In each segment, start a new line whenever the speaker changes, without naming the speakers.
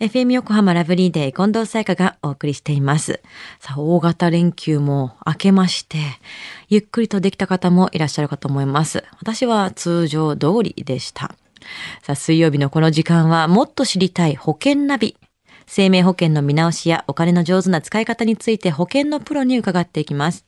FM 横浜ラブリーデー近藤彩花がお送りしています。さあ、大型連休も明けまして、ゆっくりとできた方もいらっしゃるかと思います。私は通常通りでした。さあ、水曜日のこの時間はもっと知りたい保険ナビ。生命保険の見直しやお金の上手な使い方について保険のプロに伺っていきます。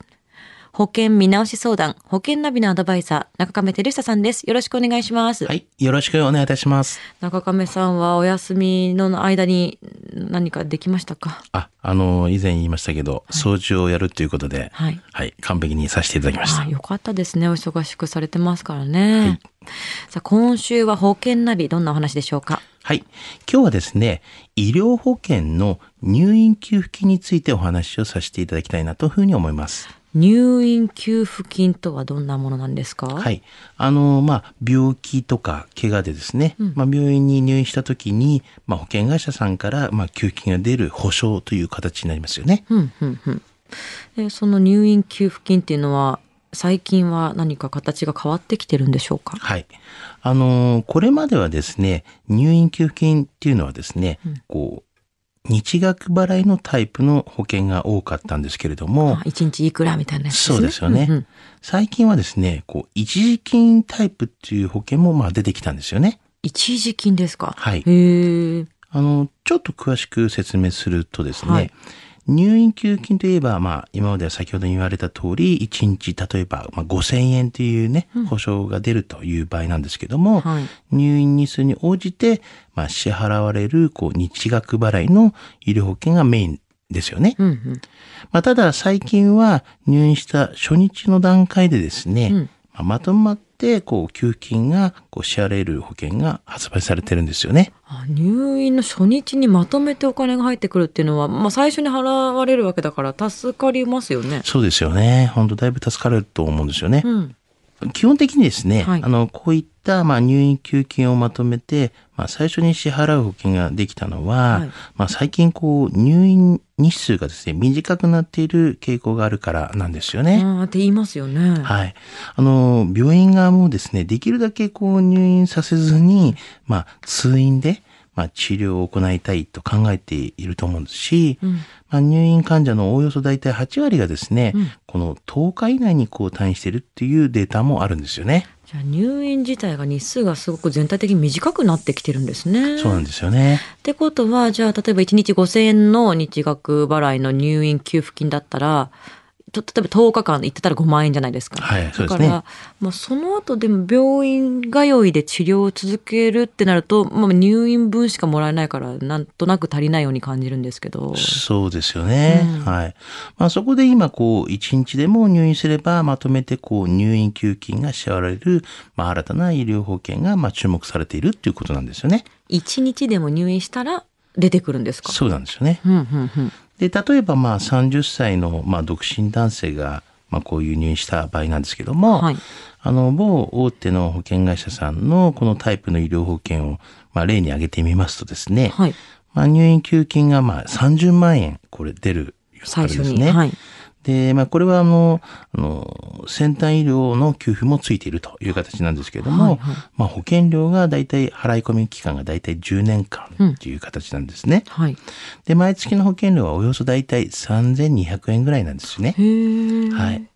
保険見直し相談、保険ナビのアドバイザー、中亀照久さんです。よろしくお願いします。
はい。よろしくお願いいたします。
中亀さんはお休みの間に何かできましたか
あ、あの、以前言いましたけど、掃除をやるということで、
はい。
完璧にさせていただきまし
あ
た。
よかったですね。お忙しくされてますからね。さあ、今週は保険ナビ、どんなお話でしょうか
はい。今日はですね、医療保険の入院給付金についてお話をさせていただきたいなというふうに思います。
入院給付金とはどんなものなんですか。
はいい。あの、まあ、病気とか怪我でですね、まあ、病院に入院した時に、まあ、保険会社さんから、まあ、給付金が出る保証という形になりますよね。
うん、うん、うん。で、その入院給付金っていうのは、最近は何か形が変わってきてるんでしょうか
はい。あのーこれまではですね、入院給付金っていうのはですね、こう、日額払いのタイプの保険が多かったんですけれども、
あ一日いくらみたいなやつですね。
そうですよね。
うんうん
最近はですね、こう、一時金タイプっていう保険もまあ出てきたんですよね。
一時金ですか
はい
へえ。
あの、ちょっと詳しく説明するとですね、
はい
入院給付金といえば、まあ、今までは先ほど言われた通り、1日、例えば、まあ、5000円というね、保証が出るという場合なんですけども、
はい
入院日数に応じて、まあ、支払われる、こう、日額払いの医療保険がメインですよね。
うん、うん。
まあ、ただ最近は入院した初日の段階でですね、
うん
まあまとまってこう給付金がこう支払える保険が発売されてるんですよね。
あ入院の初日にまとめてお金が入ってくるっていうのは、まあ、最初に払われるわけだから助かりますよね。
そうですよね。本当だいぶ助かると思うんですよね。
うん、
基本的にですね、
はい
あのこういったまあ入院給付金をまとめて、まあ、最初に支払う保険ができたのは、
はい
まあ、最近こう入院日数がですね短くなっている傾向があるからなんですよね。
あーって言いますよね。
はい。あの、病院側もですね、できるだけこう入院させずに、まあ、通院で、まあ、治療を行いたいと考えていると思うんですし、
うん
まあ、入院患者のおおよそ大体8割がですね、
うん
この10日以内にこう退院してるっていうデータもあるんですよね。
じゃあ入院自体が日数がすごく全体的に短くなってきてるんですね。
そうなんですよね。
ってことはじゃあ例えば1日5,000円の日額払いの入院給付金だったらちょっと例えば10日間行ってたら5万円じゃないですか。
はいそうです
だ
ね
から、まあ、その後でも病院通いで治療を続けるってなると、まあ、入院分しかもらえないからなんとなく足りないように感じるんですけど。
そうですよね。
うん
はい。まあそこで今こう、一日でも入院すればまとめてこう、入院給付金が支払われる、まあ新たな医療保険がまあ注目されているっていうことなんですよね。
1日でも入院したら出てくるんですか
そうなんですよね。
うんうんうん
で、例えばまあ30歳のまあ独身男性が、まあこういう入院した場合なんですけども、
はい
あの、某大手の保険会社さんのこのタイプの医療保険を、まあ例に挙げてみますとですね、
はい
まあ入院給付金がまあ30万円、これ出るようにな
最
るん
初
です
に、
ね。
はい
で、まあ、これはあの、あの、先端医療の給付もついているという形なんですけれども、
はいはい
まあ、保険料がだいたい払い込み期間がだいたい10年間という形なんですね。
はい
で、毎月の保険料はおよそだいたい3200円ぐらいなんですね。
へえ、
はい。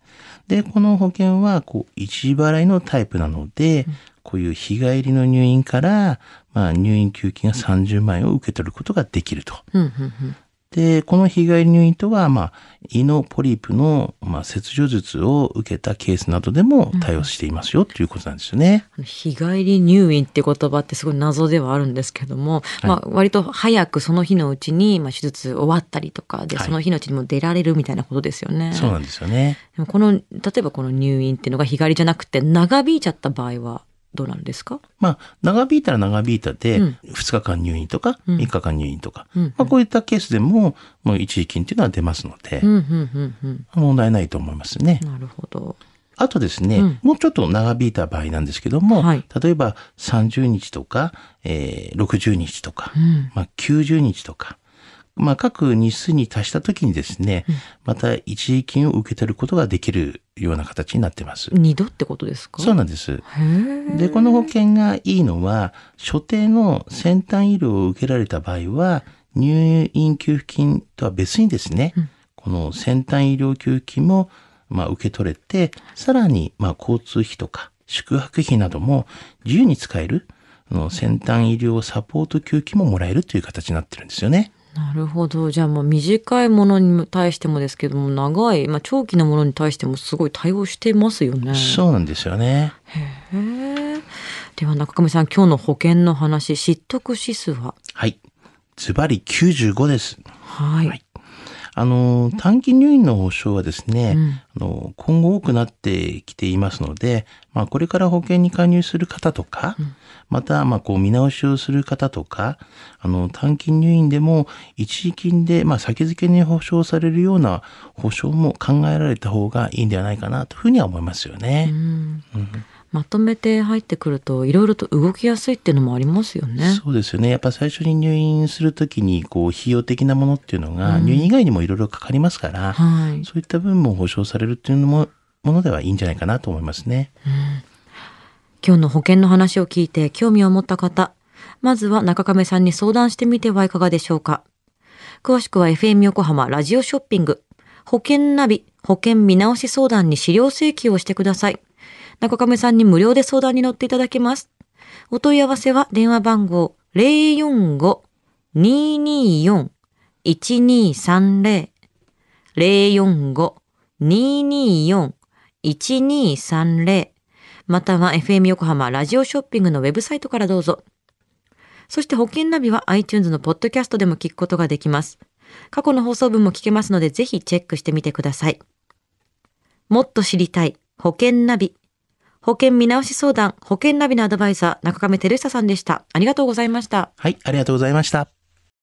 で、この保険は、こう、一時払いのタイプなので、こういう日帰りの入院から、まあ、入院給付金が30万円を受け取ることができると。
うんうんうん
で、この被害入院とは、まあ、胃のポリープの、まあ、切除術を受けたケースなどでも対応していますよということなんですよね。
あの日帰り入院って言葉ってすごい謎ではあるんですけども、
はい
まあ、割と早くその日のうちに、まあ、手術終わったりとかで、
はい
その日のうちにもう出られるみたいなことですよね。
そうなんですよね。
でもこの例えばこの入院っていうのが日帰りじゃなくて長引いちゃった場合はどうなんですか
まあ、長引いたら長引いたで、
うん
2日間入院とか、
うん
3日間入院とか、
うんうん
まあ、こういったケースでも、もう一時金っていうのは出ますので、
うんうんうんうん。
問題ないと思いますね。
なるほど。
あとですね、
うん
もうちょっと長引いた場合なんですけども、
はい
例えば30日とか、えー、60日とか、
うん
まあ、90日とか、まあ、各日数に達した時にですね
うん、
また一時金を受け取ることができるような形になってます。
二度ってことですか
そう
な
なんです。
ん
で、この保険がいいのは、所定の先端医療を受けられた場合は、入院給付金とは別にですね、
うん
この先端医療給付金も、まあ、受け取れて、さらに、まあ、交通費とか宿泊費なども自由に使える、あの先端医療サポート給付金ももらえるという形になってるんですよね。
なるほど。じゃあ、まあ、短いものに対してもですけども、長い、まあ、長期のものに対してもすごい対応してますよね。
そうなんですよね。
へえ。では、中上さん、今日の保険の話、失得指数は
はい。ズバリ95です。
はい。
はいあの、短期入院の保障はですね、
うん
あの今後多くなってきていますので、まあ、これから保険に加入する方とか、また、まあ、こう見直しをする方とか、あの、短期入院でも一時金で、まあ、先付けに保障されるような保障も考えられた方がいいんではないかなというふうには思いますよ
う
ね。
んまとめて入ってくると、いろいろと動きやすいっていうのもありますよね。
そうですよね。やっぱ最初に入院するときに、こう、費用的なものっていうのが、入院以外にもいろいろかかりますから、
はい。
そういった分も保障されるっていうのも、ものではいいんじゃないかなと思いますね。
今日の保険の話を聞いて興味を持った方、まずは中亀さんに相談してみてはいかがでしょうか。詳しくは FM 横浜ラジオショッピング、保険ナビ、保険見直し相談に資料請求をしてください。中亀さんに無料で相談に乗っていただけます。お問い合わせは電話番号045-224-1230 045-224-1230または FM 横浜ラジオショッピングのウェブサイトからどうぞ。そして保険ナビは iTunes のポッドキャストでも聞くことができます。過去の放送分も聞けますのでぜひチェックしてみてください。もっと知りたい保険ナビ。保険見直し相談、保険ナビのアドバイザー、中亀照久さんでした。ありがとうございました。
はい、ありがとうございました。